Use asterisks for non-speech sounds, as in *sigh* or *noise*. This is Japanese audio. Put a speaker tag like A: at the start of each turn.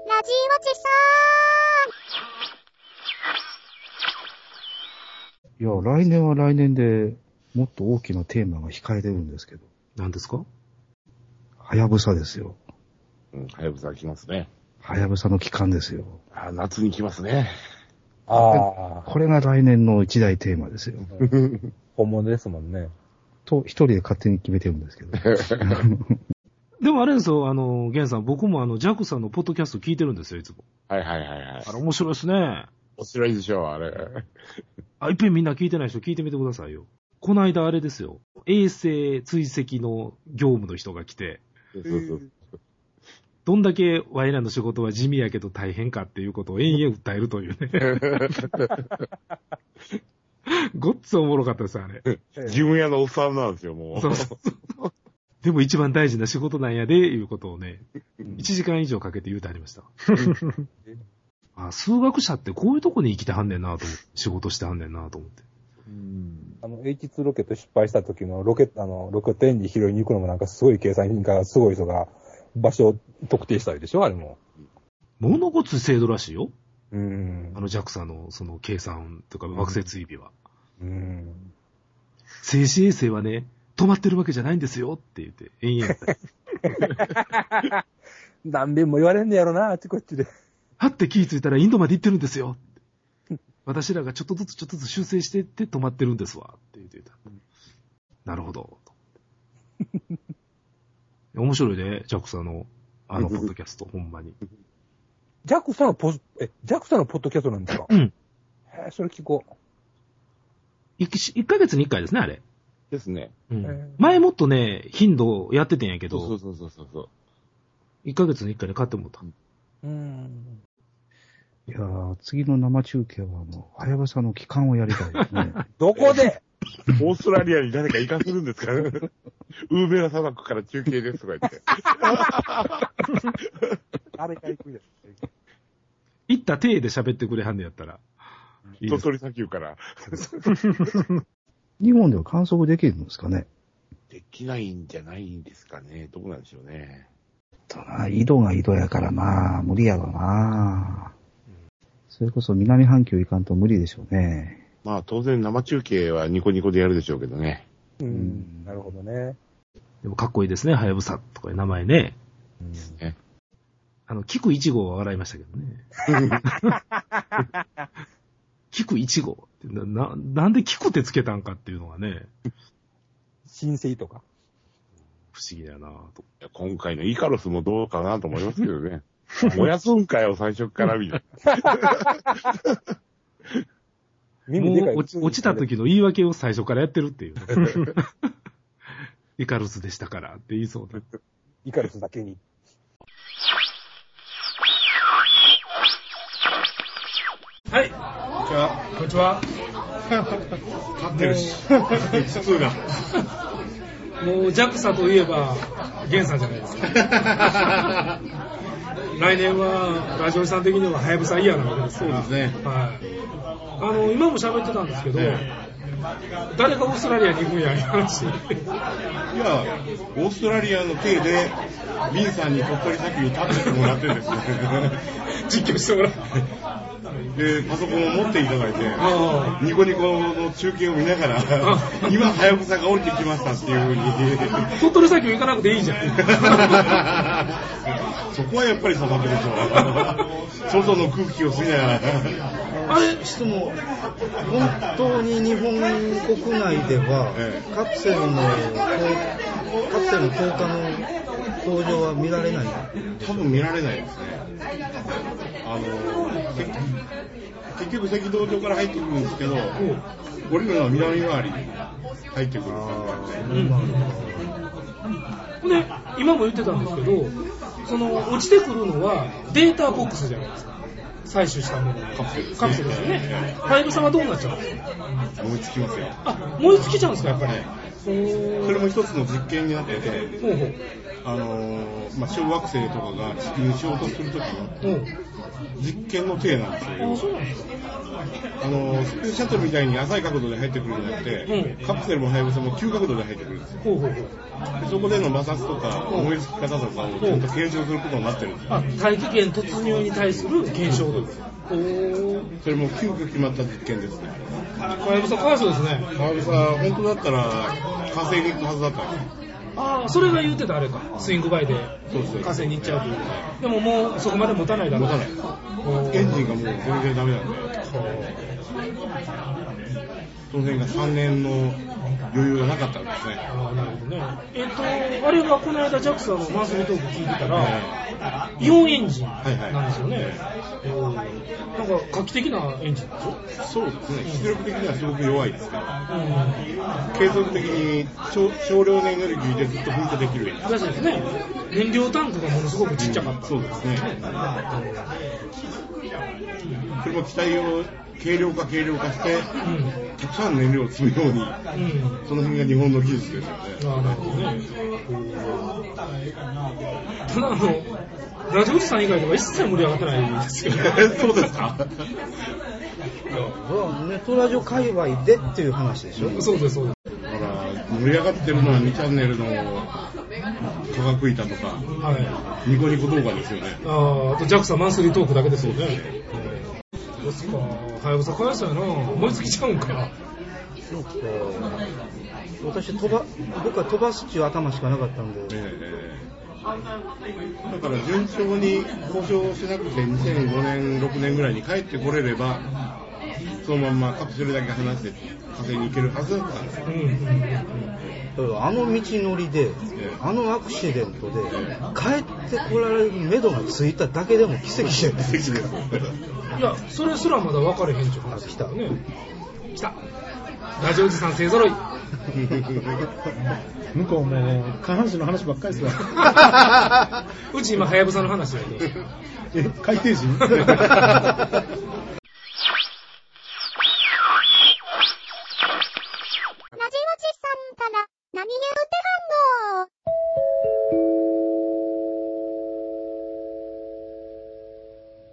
A: ちそ
B: いや、来年は来年でもっと大きなテーマが控えてるんですけど、
C: 何ですか
B: はやぶさですよ。
D: うん、はやぶさ来ますね。
B: はやぶさの期間ですよ。
D: あ夏に来ますね。
E: ああ、
B: これが来年の一大テーマですよ。
E: 本物ですもんね。
B: と、一人で勝手に決めてるんですけ
C: *laughs*
B: ど。
C: でもあれですよ、あの、ゲンさん、僕もあの、ジャクさんのポッドキャスト聞いてるんですよ、いつも。
D: はいはいはいはい
C: あ。れ面白いですね。
D: 面白いでしょう、あれ。
C: あ、いっぺんみんな聞いてない人聞いてみてくださいよ。この間あれですよ。衛星追跡の業務の人が来て、
D: そうそうそう。
C: どんだけワイらの仕事は地味やけど大変かっていうことを延々訴えるというね。ごっつおもろかったです、あれ。
D: 事務屋のおっさんなんですよ、もう。
C: そうそうそうでも一番大事な仕事なんやで、いうことをね、1時間以上かけて言うてありました。 *laughs* あ数学者ってこういうとこに生きてはんねんなと思って、仕事してはんねんなと思って。
D: うん
E: あの、H2 ロケット失敗した時のロケット、あの、ロケットエンジン拾いに行くのもなんかすごい計算品からすごい人が場所を特定したりでしょあれも。
C: 物事制度らしいよ。
E: うん
C: あ。の JAXA のその計算とか惑星追尾は。
E: うん。
C: 静止衛星はね、止まってるわけじゃないんですよって言って、延々やった。
E: 何遍も言われんねやろな、あっちこっちで。
C: はって気ぃついたらインドまで行ってるんですよ。私らがちょっとずつちょっとずつ修正していって止まってるんですわって言ってた。なるほど。と面白いね、JAXA の、あの、ポッドキャスト、ほんまに。
E: *laughs* ジャクさんのポス、え、ジャクさんのポッドキャストなんですか
C: うん。
E: へえ、それ聞こう。
C: 1ヶ月に1回ですね、あれ。
D: ですね。
C: うん
E: うん
C: 前もっとね、頻度やっててんやけ
D: そうそ
C: ど
D: う、そうそうそう。
C: 1ヶ月に1回で買ってもうた。
E: うん。
B: いやー、次の生中継は、あの、はやぶさの期間をやりたいですね。 *laughs*
E: どこ *laughs* で
D: オーストラリアに誰か行かせるんですかウーベラ砂漠から中継ですとか言 *laughs* って。
E: 誰か行くで。
C: 行った体で喋ってくれはんねやったら。いいで
D: 鳥取
C: す
D: 砂丘から。
B: 日本では観測できるんですかね。
D: できないんじゃないんですかね。どうなんでしょうね。
B: とな、井戸が井戸やからまあ、無理やわな。それこそ南半球行かんと無理でしょうね。
D: まあ当然生中継はニコニコでやるでしょうけどね。
E: うん。なるほどね。
C: でもかっこいいですね、はやぶさとかいう名前ね。
D: ね
C: あの、菊一号は笑いましたけどね。菊一号ってな、な、なんで菊ってつけたんかっていうのがね、
E: 申請とか。
C: 不思議だなぁと。
D: いや今回のイカロスもどうかなと思いますけど *laughs* ね。燃やすんかよ、最初っからみたい
E: 耳でか
C: も
E: いう
C: 落ち落ちた。時の言い訳を最初からやってるっていう。イカルスでしたからって言いそうだ。
E: イカルスだけに。
F: はい。じゃあ、こんにちは。立ってるし。普通が。もう、ジャクサといえば、ゲンさんじゃないですか。来年は、ラジオさん的には、はやぶさイヤーなわけですから。そうですね。はい。あの、今も喋ってたんですけど、誰がオーストラリアに行くんや、いう話。
G: いや、オーストラリアの手で、ビンさんに鳥取砂丘に立っててもらってですね、
F: *laughs* 実況してもらう。
G: で、パソコンを持っていただいて、
F: あ
G: ニコニコの中継を見ながら、今、はやぶさが降りてきましたっていうふうに、
F: *laughs* あ、鳥取砂丘行かなくていいじゃん。
G: そこはやっぱり砂漠でしょ。外の空気を吸いながら。
F: あれ、
H: しても、本当に日本国内では
G: え、
H: カプセルの、こうカプセル投下の工場は見られない。
G: 多分見られないですね。あの、せ結局赤道上から入ってくるんですけど、降りるのは南回りに入ってくる感じなんで。
F: で、今も言ってたんですけど、その落ちてくるのはデータボックスじゃないですか。採取したものがカプセルカプセルですよね。ファイルさんはどうなっちゃうんですか
G: 思いつきますよ。
F: あ、燃え尽きちゃうんですか、やっぱり。ほ
G: それも一つの実験になってて、
F: うほうほう
G: あのーまあ、小惑星とかが地球に衝突するときの
F: ほう。
G: 実験の体なんです
F: あ、
G: よ。
F: そうなんですか。
G: あのースペースシャトルみたいに浅い角度で入ってくるんじゃなくて、
F: う
G: カプセルもハヤブサも急角度で入ってくるんですよ。
F: ほうほうほう。
G: そこでの摩擦とか、思いつき方とかをちゃんと検証することになってるんですよ。
F: あ、大気圏突入に対する検証というか。おー。
G: それも急遽決まった実験ですね。
F: 小籔さん、かわいそうですね。
G: 川辺さん、本当だったら火星に行くはずだったんですよ。
F: ああ、それが言ってたあれか。スイングバイで
G: そうそう
F: 火星に行っちゃうというでももうそこまで持たないだろう。
G: 持たない
F: おー
G: エンジンがもう全然ダメなんで、その辺が3年の余裕がなかったんですね。
F: ああ、なるほどね。えっと、あれはこの間 JAXA のマンスリートーク聞いてたら、
G: は
F: イオンエンジン
G: はいはい
F: なんですよね。おーなんか画期的なエンジンでしょ
G: そうですね。出力的にはすごく弱いですけど、
F: うん。
G: 継続的に少少量のエネルギーでずっと噴射できる。
F: 確かにね、燃料タンクがものすごくちっちゃかった。
G: そうですね。それも機体を軽量化軽量化して、
F: うん。
G: たくさん燃料を積むように、
F: うん。
G: その辺が日本の技術ですよね。 *laughs*
F: ああ、なるほどね。ただあの、ラジオおじさん以外では一切盛り上がってないですよね。
G: そうですか
H: それはネットラジオ界隈でっていう話でしょ。
F: そうです、そうです。
G: だから、盛り上がってるのは2チャンネルの科学板とか、
F: はい。
G: ニコニコ動画ですよね。
F: ああ、あと JAXA マンスリートークだけですよね。そうですか。はやぶさかわいそうやな。燃え尽きちゃうんか。
H: そうか。私飛ば、僕は飛ばすっていう頭しかなかったんで。
G: ええだから順調に故障しなくて2005年、6年ぐらいに帰ってこれれば、そのまんまカプセルだけ離して火星に行けるはずだったんですよ。
F: うん。うん
H: だからあの道のりで、あのアクシデントで、帰ってこられる目処がついただけでも奇跡じゃないですか。
F: いや、それすらまだ分かれへんっていう話来たよね。来た。ラジオおじさん勢揃い。
A: 向こうもう、下半身の話ばっかりですわ。
F: うち今、はやぶさの話やけ
A: え、
F: ど。
A: 海底人